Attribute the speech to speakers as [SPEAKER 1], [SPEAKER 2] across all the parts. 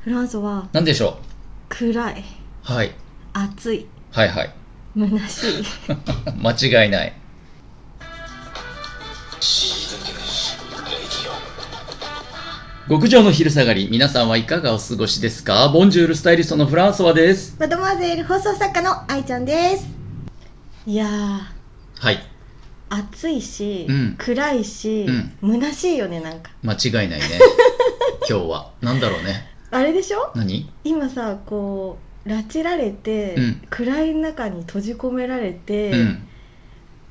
[SPEAKER 1] フランソワ
[SPEAKER 2] なんでしょ、
[SPEAKER 1] 暗いう
[SPEAKER 2] はい、
[SPEAKER 1] 熱い
[SPEAKER 2] はいはい
[SPEAKER 1] 虚しい
[SPEAKER 2] 間違いない極上の昼下がり皆さんはいかがお過ごしですかボンジュールスタイリストのフランソワです
[SPEAKER 1] マドマゼール放送作家の愛ちゃんですいやー
[SPEAKER 2] はい
[SPEAKER 1] 暑いし、
[SPEAKER 2] うん
[SPEAKER 1] 暗いし、虚しいよねなんか
[SPEAKER 2] 間違い ないね今日はなんだろうね
[SPEAKER 1] あれでしょ
[SPEAKER 2] 何
[SPEAKER 1] 今さこう拉致られて、
[SPEAKER 2] うん
[SPEAKER 1] 暗い中に閉じ込められて、
[SPEAKER 2] うん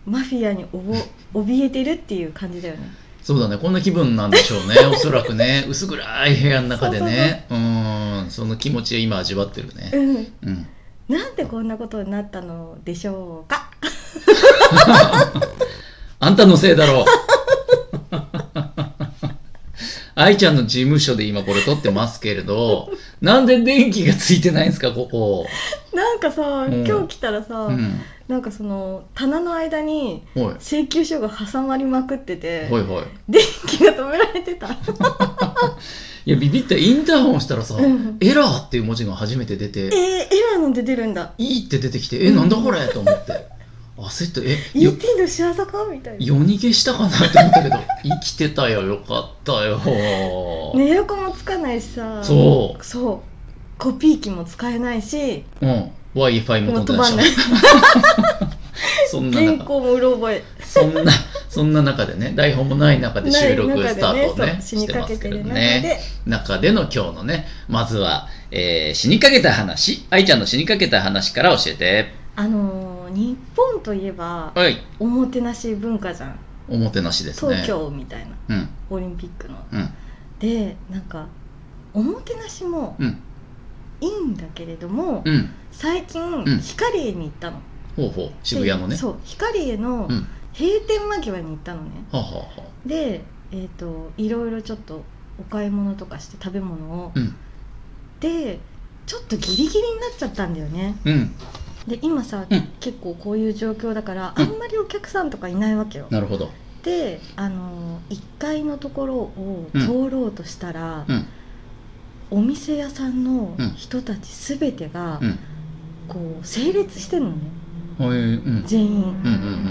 [SPEAKER 1] マフィアにおぼ怯えてるっていう感じだよね
[SPEAKER 2] そうだねこんな気分なんでしょう ねおそらくね薄暗い部屋の中でねうーんその気持ちを今味わってるね
[SPEAKER 1] うん
[SPEAKER 2] うん
[SPEAKER 1] なんでこんなことになったのでしょうか
[SPEAKER 2] あんたのせいだろう愛ちゃんの事務所で今これ撮ってますけれどなんで電気がついてないんですかここ
[SPEAKER 1] なんかさ、
[SPEAKER 2] うん
[SPEAKER 1] 今日来たらさ、
[SPEAKER 2] うん
[SPEAKER 1] なんかその棚の間に
[SPEAKER 2] ほい
[SPEAKER 1] 請求書が挟まりまくってて
[SPEAKER 2] ほいほい
[SPEAKER 1] 電気が止められてた
[SPEAKER 2] いやビビったインターホン押したらさ
[SPEAKER 1] うん
[SPEAKER 2] 「エラー」っていう文字が初めて出て
[SPEAKER 1] えー、エラーなんて出るんだ
[SPEAKER 2] 「いい」って出てきて「えなんだこれ?」と思って焦って「えよ
[SPEAKER 1] ET の仕業かみたいな
[SPEAKER 2] 夜逃げしたかなって思ったけど生きてたよよかったよ、
[SPEAKER 1] 寝横もつかないしさ
[SPEAKER 2] そ
[SPEAKER 1] そうコピー機も使えないし
[SPEAKER 2] う、うん、w i f i も
[SPEAKER 1] もう飛
[SPEAKER 2] 飛んで
[SPEAKER 1] ば
[SPEAKER 2] し
[SPEAKER 1] ない
[SPEAKER 2] そんな
[SPEAKER 1] 原
[SPEAKER 2] 中
[SPEAKER 1] 稿もうろ覚え
[SPEAKER 2] そんな そんな中でね台本もない中で収録スタートを
[SPEAKER 1] そ
[SPEAKER 2] ね
[SPEAKER 1] う死に
[SPEAKER 2] して
[SPEAKER 1] か
[SPEAKER 2] ま
[SPEAKER 1] け
[SPEAKER 2] す
[SPEAKER 1] て
[SPEAKER 2] けど
[SPEAKER 1] る中
[SPEAKER 2] ね
[SPEAKER 1] で
[SPEAKER 2] 中での今日のねまずは、えー死にかけた話愛ちゃんの死にかけた話から教えて
[SPEAKER 1] あのー日本といえば
[SPEAKER 2] はい
[SPEAKER 1] おもてなし文化じゃん
[SPEAKER 2] おもてなしですね
[SPEAKER 1] 東京みたいな
[SPEAKER 2] うん
[SPEAKER 1] オリンピックの
[SPEAKER 2] うん
[SPEAKER 1] でなんかおもてなしも
[SPEAKER 2] うん
[SPEAKER 1] いいんだけれども、
[SPEAKER 2] うん
[SPEAKER 1] 最近、
[SPEAKER 2] ん
[SPEAKER 1] ヒカリエに行ったの
[SPEAKER 2] ほうほう渋谷のね
[SPEAKER 1] でそうヒカリエの
[SPEAKER 2] うん
[SPEAKER 1] 閉店間際に行ったのね、
[SPEAKER 2] はあ、はあはあ、
[SPEAKER 1] でえっ、といろいろちょっとお買い物とかして食べ物を、
[SPEAKER 2] うん
[SPEAKER 1] でちょっとギリギリになっちゃったんだよね
[SPEAKER 2] うん
[SPEAKER 1] で今さ、
[SPEAKER 2] うん
[SPEAKER 1] 結構こういう状況だから
[SPEAKER 2] う
[SPEAKER 1] あ
[SPEAKER 2] ん
[SPEAKER 1] んまりお客さんとかいないわけよ、
[SPEAKER 2] なるほど
[SPEAKER 1] であの1階のところを
[SPEAKER 2] うん
[SPEAKER 1] 通ろうとしたら、
[SPEAKER 2] うん
[SPEAKER 1] お店屋さんの
[SPEAKER 2] うん
[SPEAKER 1] 人たち全てが、
[SPEAKER 2] うん
[SPEAKER 1] こう整列してるのね
[SPEAKER 2] はいうん
[SPEAKER 1] 全員
[SPEAKER 2] うんう、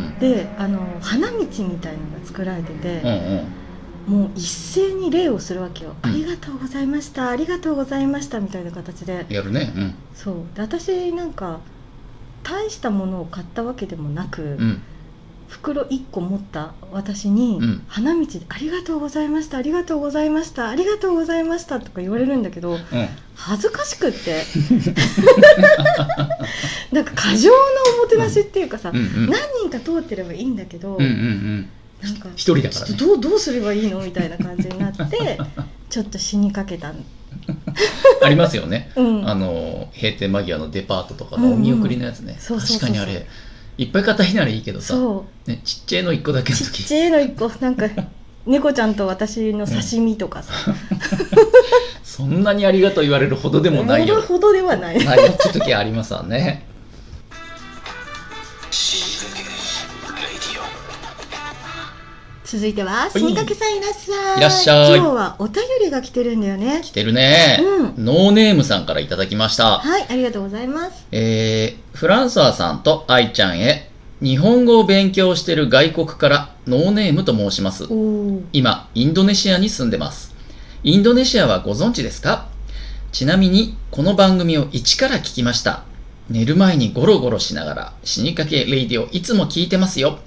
[SPEAKER 2] ん
[SPEAKER 1] であの花道みたいのが作られてて、
[SPEAKER 2] うんうん
[SPEAKER 1] もう一斉に礼をするわけよ、
[SPEAKER 2] うん
[SPEAKER 1] ありがとうございましたありがとうございましたみたいな形で
[SPEAKER 2] うんやるねうん
[SPEAKER 1] そうで私なんか大したものを買ったわけでもなく、
[SPEAKER 2] うん
[SPEAKER 1] 袋1個持った私に、
[SPEAKER 2] うん
[SPEAKER 1] 花道で「ありがとうございましたありがとうございましたありがとうございました」とか言われるんだけど
[SPEAKER 2] うん
[SPEAKER 1] 恥ずかしくって なんか過剰なおもてなしっていうかさ、
[SPEAKER 2] うんうん
[SPEAKER 1] 何人か通ってればいいんだけど、
[SPEAKER 2] うんうんうん
[SPEAKER 1] なんか
[SPEAKER 2] 一人だか
[SPEAKER 1] ちょ
[SPEAKER 2] ら
[SPEAKER 1] っと
[SPEAKER 2] ね
[SPEAKER 1] どうどうすればいいのみたいな感じになって ちょっと死にかけたの
[SPEAKER 2] ありますよね
[SPEAKER 1] うん
[SPEAKER 2] あの閉店間際のデパートとかのお見送りのやつね、
[SPEAKER 1] そうそうそう
[SPEAKER 2] 確かにあれいっぱい買った日ならいいけどさ、
[SPEAKER 1] そう
[SPEAKER 2] ね、ちっちゃいの1個だけの
[SPEAKER 1] ちっ
[SPEAKER 2] 時
[SPEAKER 1] ちゃいの一個なん か猫ちゃんと私の刺身とかさ、
[SPEAKER 2] そんなにありがとう言われるほどでもないよ
[SPEAKER 1] ほどほどではない
[SPEAKER 2] ないよって時ありますわね
[SPEAKER 1] 続いては死にかけさんいらっしゃい
[SPEAKER 2] いらっしゃい
[SPEAKER 1] 今日はお便りが来てるんだよね
[SPEAKER 2] 来てるね、
[SPEAKER 1] う
[SPEAKER 2] ノーネームさんからいただきました、
[SPEAKER 1] はいありがとうございます
[SPEAKER 2] えーフランソワさんと愛ちゃんへ日本語を勉強してる外国からノーネームと申します
[SPEAKER 1] おお
[SPEAKER 2] 今インドネシアに住んでますインドネシアはご存知ですかちなみにこの番組を一から聞きました寝る前にゴロゴロしながら死にかけレイディオいつも聞いてますよ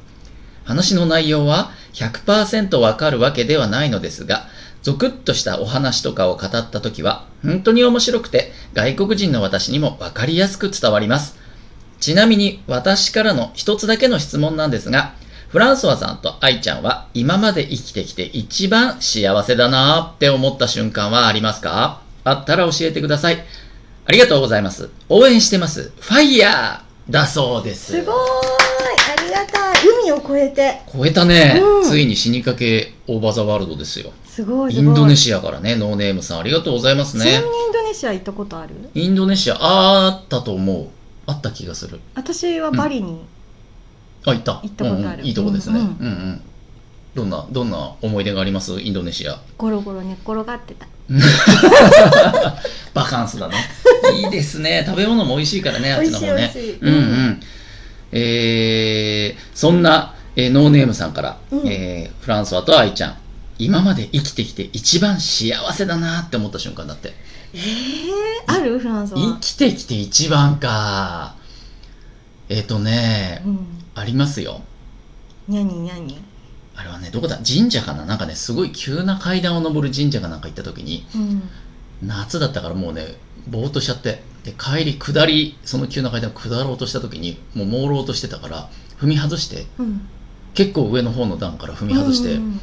[SPEAKER 2] 話の内容は100%わかるわけではないのですがゾクッとしたお話とかを語った時は本当に面白くて外国人の私にもわかりやすく伝わりますちなみに私からの一つだけの質問なんですがフランソワさんと愛ちゃんは今まで生きてきて一番幸せだなーって思った瞬間はありますかあったら教えてください。ありがとうございます。応援してます。ファイヤーだそうです。
[SPEAKER 1] すごーいありがたい海を越えて
[SPEAKER 2] 超えたね、
[SPEAKER 1] うん
[SPEAKER 2] ついに死にかけオーバーザワールドですよ。
[SPEAKER 1] すごいす
[SPEAKER 2] イ
[SPEAKER 1] ごい
[SPEAKER 2] ンドネシアからね、ノーネームさんありがとうございます
[SPEAKER 1] ちな
[SPEAKER 2] ね
[SPEAKER 1] み。にインドネシア行ったことある
[SPEAKER 2] インドネシア、あったと思う。あった気がする。
[SPEAKER 1] 私はバリに、
[SPEAKER 2] あ、行った。
[SPEAKER 1] 行ったことある
[SPEAKER 2] うんうんいいとこですね。う
[SPEAKER 1] うんん
[SPEAKER 2] う
[SPEAKER 1] うん
[SPEAKER 2] ん。どんな、どんな思い出がありますインドネシア。
[SPEAKER 1] ゴロゴロ寝っ転がってた
[SPEAKER 2] バカンスだ ね。いいですね。食べ物も美味しいからね、あっ
[SPEAKER 1] 美
[SPEAKER 2] ち
[SPEAKER 1] 味
[SPEAKER 2] の
[SPEAKER 1] しい
[SPEAKER 2] 方
[SPEAKER 1] 美味
[SPEAKER 2] ね。
[SPEAKER 1] しい。
[SPEAKER 2] うんうん。えー、そんな、えーノーネームさんから、
[SPEAKER 1] うん
[SPEAKER 2] えーフランソワと愛ちゃん、今まで生きてきて一番幸せだなって思った瞬間だって。
[SPEAKER 1] えー、あるフランス
[SPEAKER 2] 生
[SPEAKER 1] は。
[SPEAKER 2] きてきて一番か。えっ、とね
[SPEAKER 1] う、ん。
[SPEAKER 2] ありますよ。
[SPEAKER 1] にゃににゃに。
[SPEAKER 2] あれはね、どこだ神社かななんかね、すごい急な階段を登る神社かなんか行った時に、
[SPEAKER 1] うん。
[SPEAKER 2] 夏だったからもうねぼーっとしちゃってで帰り下りその急な階段を下ろうとした時にもう朦朧としてたから踏み外して
[SPEAKER 1] うん。
[SPEAKER 2] 結構上の方の段から踏み外して、
[SPEAKER 1] うん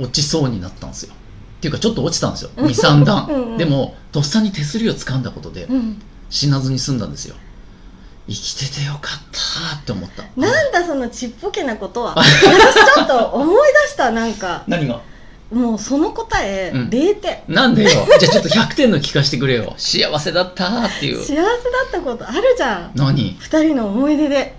[SPEAKER 2] 落ちそうになったんですよっていうかちょっと落ちたんですよ23段
[SPEAKER 1] うんうん
[SPEAKER 2] でもとっさに手すりを掴んだことで
[SPEAKER 1] うんうん。
[SPEAKER 2] 死なずに済んだんですよ生きててよかったーって思った
[SPEAKER 1] なんだそのちっぽけなこと は。私ちょっと思い出したなんか。
[SPEAKER 2] 何が
[SPEAKER 1] もうその答え
[SPEAKER 2] うん
[SPEAKER 1] 0点。
[SPEAKER 2] なんでよじゃあちょっと100点の聞かせてくれよ幸せだったーってい
[SPEAKER 1] 幸せ
[SPEAKER 2] う
[SPEAKER 1] だったことあるじゃん。
[SPEAKER 2] 何
[SPEAKER 1] 二人の思い出で。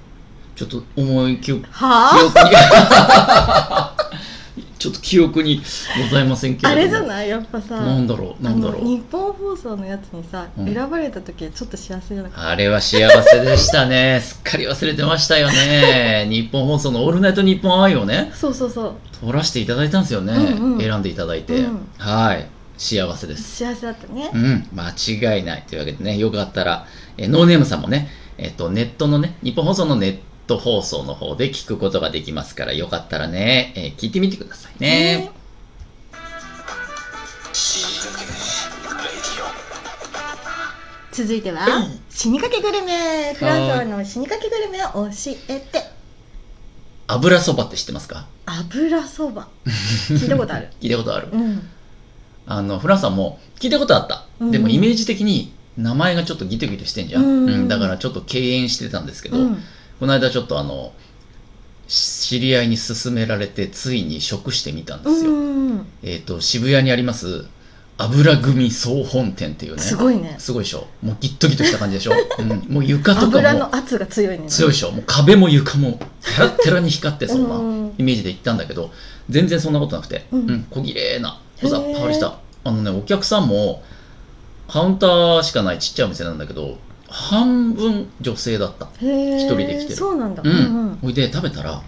[SPEAKER 2] ちょっと思い記憶記
[SPEAKER 1] はあ。
[SPEAKER 2] 憶が ちょっと記憶にございませんけれ
[SPEAKER 1] あ
[SPEAKER 2] ども
[SPEAKER 1] れじゃないやっぱさ。
[SPEAKER 2] なんだろうなんだろ
[SPEAKER 1] あの
[SPEAKER 2] う
[SPEAKER 1] 日本放送のやつにさ、
[SPEAKER 2] うん
[SPEAKER 1] 選ばれた時はちょっと幸せじゃなかっ
[SPEAKER 2] あれは幸せでしたねすっかり忘れてましたよね日本放送の「オールナイトニッポン愛」をね
[SPEAKER 1] た。そうそうそう。
[SPEAKER 2] 撮らせていただいたんですよね、
[SPEAKER 1] うんうん
[SPEAKER 2] 選んでいただいて、
[SPEAKER 1] うん
[SPEAKER 2] はい幸せです
[SPEAKER 1] 幸せだったね
[SPEAKER 2] う。ん間違いないというわけでねよかったら、えーノーネームさんもね、えっとネットのね日本放送のネット放送の方で聞くことができますからよかったらね、えー聞いてみてください
[SPEAKER 1] ね
[SPEAKER 2] ね
[SPEAKER 1] 続いては、
[SPEAKER 2] うん
[SPEAKER 1] 死にかけグルメフランスワの死にかけグルメを教えて
[SPEAKER 2] 油そばって知ってますか
[SPEAKER 1] 油そ ば聞いたことある
[SPEAKER 2] 聞いたことある
[SPEAKER 1] うん
[SPEAKER 2] あのフランスさんも聞いたことあった、
[SPEAKER 1] うん
[SPEAKER 2] でもイメージ的に名前がちょっとギトギトしてんじゃん、
[SPEAKER 1] うん
[SPEAKER 2] うんだからちょっと敬遠してたんですけど、
[SPEAKER 1] うん
[SPEAKER 2] この間ちょっとあのし知り合いに勧められてついに食してみたんですよ、
[SPEAKER 1] うん
[SPEAKER 2] えっ、と渋谷にあります油組総本店っていうね
[SPEAKER 1] すごいね
[SPEAKER 2] すごいでしょもうギットギトした感 じでしょ、うん、もう床とか
[SPEAKER 1] 油
[SPEAKER 2] も
[SPEAKER 1] の圧が強いね
[SPEAKER 2] 強いでしょもう壁も床もテラッテラに光ってそのまま
[SPEAKER 1] うん
[SPEAKER 2] イメージで行ったんだけど全然そんなことなくて、う
[SPEAKER 1] うんん
[SPEAKER 2] 小綺麗な
[SPEAKER 1] へー
[SPEAKER 2] さっぱりしたあのねお客さんもカウンターしかないちっちゃいお店なんだけど半分女性だった
[SPEAKER 1] へー
[SPEAKER 2] 一人で来てる
[SPEAKER 1] そうなんだ
[SPEAKER 2] うん、
[SPEAKER 1] うん
[SPEAKER 2] おいで食べたら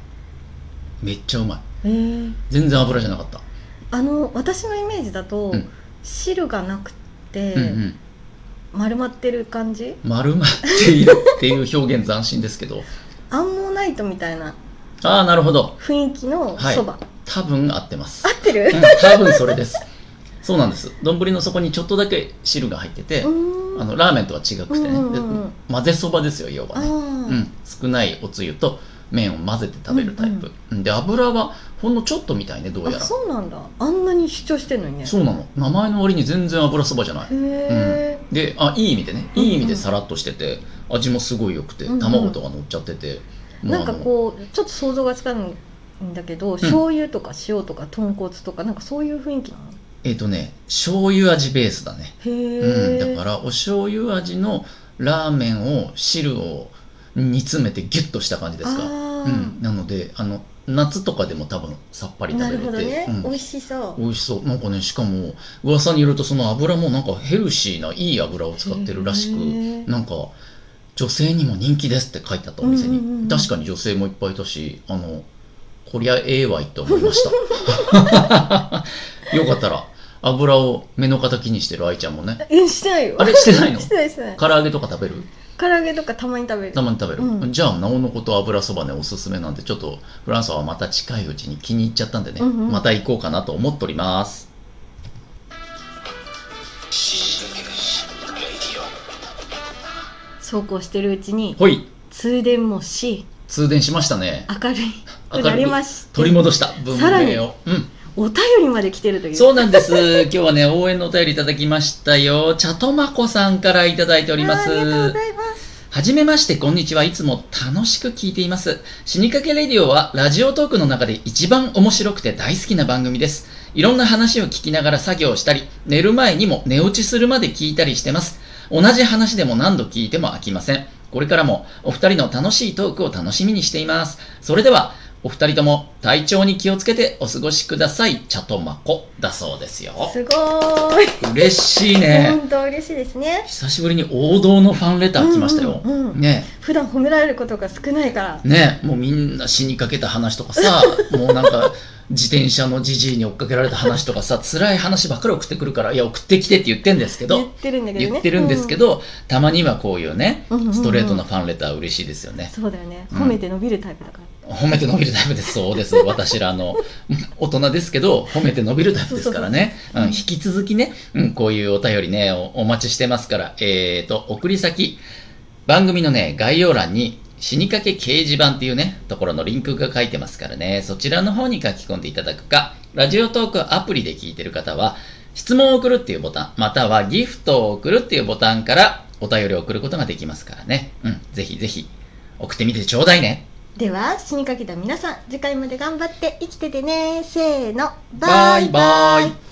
[SPEAKER 2] めっちゃうま
[SPEAKER 1] う
[SPEAKER 2] い
[SPEAKER 1] んへー
[SPEAKER 2] 全然油じゃなかった、
[SPEAKER 1] あの私のイメージだと、
[SPEAKER 2] うん
[SPEAKER 1] 汁がなくて、
[SPEAKER 2] うんうん
[SPEAKER 1] 丸まってる感じ
[SPEAKER 2] 丸まっているっていう表現斬新ですけど
[SPEAKER 1] アンモナイトみたいな
[SPEAKER 2] ああなるほど
[SPEAKER 1] 雰囲気のそば、
[SPEAKER 2] 多分合ってます
[SPEAKER 1] 合ってる
[SPEAKER 2] うん多分それです そうなんです丼の底にちょっとだけ汁が入ってて、
[SPEAKER 1] うーん
[SPEAKER 2] あのラーメンとは違くてね、
[SPEAKER 1] うんうんうん
[SPEAKER 2] で混ぜそばですよ要は
[SPEAKER 1] あ
[SPEAKER 2] ね、
[SPEAKER 1] ー
[SPEAKER 2] うん、少ないおつゆと麺を混ぜて食べるタイプ、うんで油はほんのちょっとみたいねどう
[SPEAKER 1] あ
[SPEAKER 2] やらそ
[SPEAKER 1] そうなんだあんなに主張してんのにね
[SPEAKER 2] うなの名前の割に全然油そばじゃない
[SPEAKER 1] へ
[SPEAKER 2] であいい意味でね
[SPEAKER 1] うんうん
[SPEAKER 2] いい意味でさらっとしてて味もすごい良くて
[SPEAKER 1] うんうん
[SPEAKER 2] 卵とか乗っちゃってて、
[SPEAKER 1] え
[SPEAKER 2] もう
[SPEAKER 1] なんかこうちょっと想像がつかないんだけど、醤油とか塩とか豚骨とかなんかそういう雰囲気なの
[SPEAKER 2] あのえっ、とね醤油味ベースだね
[SPEAKER 1] へえ、
[SPEAKER 2] うん、だからお醤油味のラーメンを汁を煮詰めてギュッとした感じですか、
[SPEAKER 1] あ
[SPEAKER 2] う
[SPEAKER 1] ー
[SPEAKER 2] ん、なのであの夏とかでも多分さっぱり
[SPEAKER 1] な
[SPEAKER 2] 食
[SPEAKER 1] るほど
[SPEAKER 2] べれて、
[SPEAKER 1] ね、
[SPEAKER 2] う
[SPEAKER 1] 美
[SPEAKER 2] ん
[SPEAKER 1] 味しそう
[SPEAKER 2] 美味しそうなんかねしかも噂によるとその油もなんかヘルシーないい油を使ってるらし
[SPEAKER 1] へ
[SPEAKER 2] く
[SPEAKER 1] ー
[SPEAKER 2] なんか女性にも人気ですって書いてあったお店に、
[SPEAKER 1] うんうんうん
[SPEAKER 2] 確かに女性もいっぱいいたしあのこりゃええわいと思いました よかったら油を目の敵にしてる愛ちゃんもね
[SPEAKER 1] えしてないよ
[SPEAKER 2] あれしてないの
[SPEAKER 1] してないしてない
[SPEAKER 2] 唐揚げとか食べる
[SPEAKER 1] 唐揚げとかたまに食べる
[SPEAKER 2] たまに食べる、
[SPEAKER 1] うん
[SPEAKER 2] じゃあなおのこと油そばねおすすめなんでちょっとフランスはまた近いうちに気に入っちゃったんでね、
[SPEAKER 1] うんうん
[SPEAKER 2] また行こうかなと思っております
[SPEAKER 1] そうこうしてるうちに
[SPEAKER 2] ほい
[SPEAKER 1] 通電もし
[SPEAKER 2] 通電しましたね
[SPEAKER 1] 明るい
[SPEAKER 2] 明
[SPEAKER 1] く
[SPEAKER 2] る
[SPEAKER 1] なり
[SPEAKER 2] く
[SPEAKER 1] まして
[SPEAKER 2] 取り戻した文
[SPEAKER 1] さらに
[SPEAKER 2] 明を、う
[SPEAKER 1] お便りまで来てるとい
[SPEAKER 2] ん、
[SPEAKER 1] う
[SPEAKER 2] そうなんです今日はね応援のお便りいただきましたよ茶とまこさんからいただいております
[SPEAKER 1] あーありがとうございます
[SPEAKER 2] はじめまして、こんにちは。いつも楽しく聞いています。死にかけレディオは、ラジオトークの中で一番面白くて大好きな番組です。いろんな話を聞きながら作業したり、寝る前にも寝落ちするまで聞いたりしてます。同じ話でも何度聞いても飽きません。これからもお二人の楽しいトークを楽しみにしています。それでは、お二人とも体調に気をつけてお過ごしください。チャトマコだそうですよ。
[SPEAKER 1] すごーい、
[SPEAKER 2] 嬉しいね。
[SPEAKER 1] 本当嬉しいですね
[SPEAKER 2] 久しぶりに王道のファンレター来ましたよ。
[SPEAKER 1] うんうんうん
[SPEAKER 2] ね
[SPEAKER 1] 普段褒められることが少ないから
[SPEAKER 2] ねもうみんな死にかけた話と かさ、もうなんか、自転車のじじいに追っかけられた話とかさ、辛い話ばっかり送ってくるから、いや、送ってきてって言ってんですけ
[SPEAKER 1] 言
[SPEAKER 2] ど
[SPEAKER 1] っ、てるんだけどね
[SPEAKER 2] 言ってるんですけど、たまにはこういうね、
[SPEAKER 1] うんうんうんうん
[SPEAKER 2] ストレートなファンレター嬉しいですよね。
[SPEAKER 1] そうだよね
[SPEAKER 2] うん
[SPEAKER 1] 褒めて伸びるタイプだから、
[SPEAKER 2] 褒めて伸びるタイプです。そうです。私らあの、 大人ですけど、褒めて伸びるタイプですからね。う、
[SPEAKER 1] うんん
[SPEAKER 2] 引き続きね、うん、こういうお便りねお、お待ちしてますから、えーと、送り先、番組のね、概要欄に、死にかけ掲示板っていうね、ところのリンクが書いてますからね、そちらの方に書き込んでいただくか、ラジオトークアプリで聞いてる方は、質問を送るっていうボタン、またはギフトを送るっていうボタンから、お便りを送ることができますからね。うん、ぜひぜひ、送ってみてちょうだいね。
[SPEAKER 1] では死にかけた皆さん次回まで頑張って生きててねせーの
[SPEAKER 2] バイバイ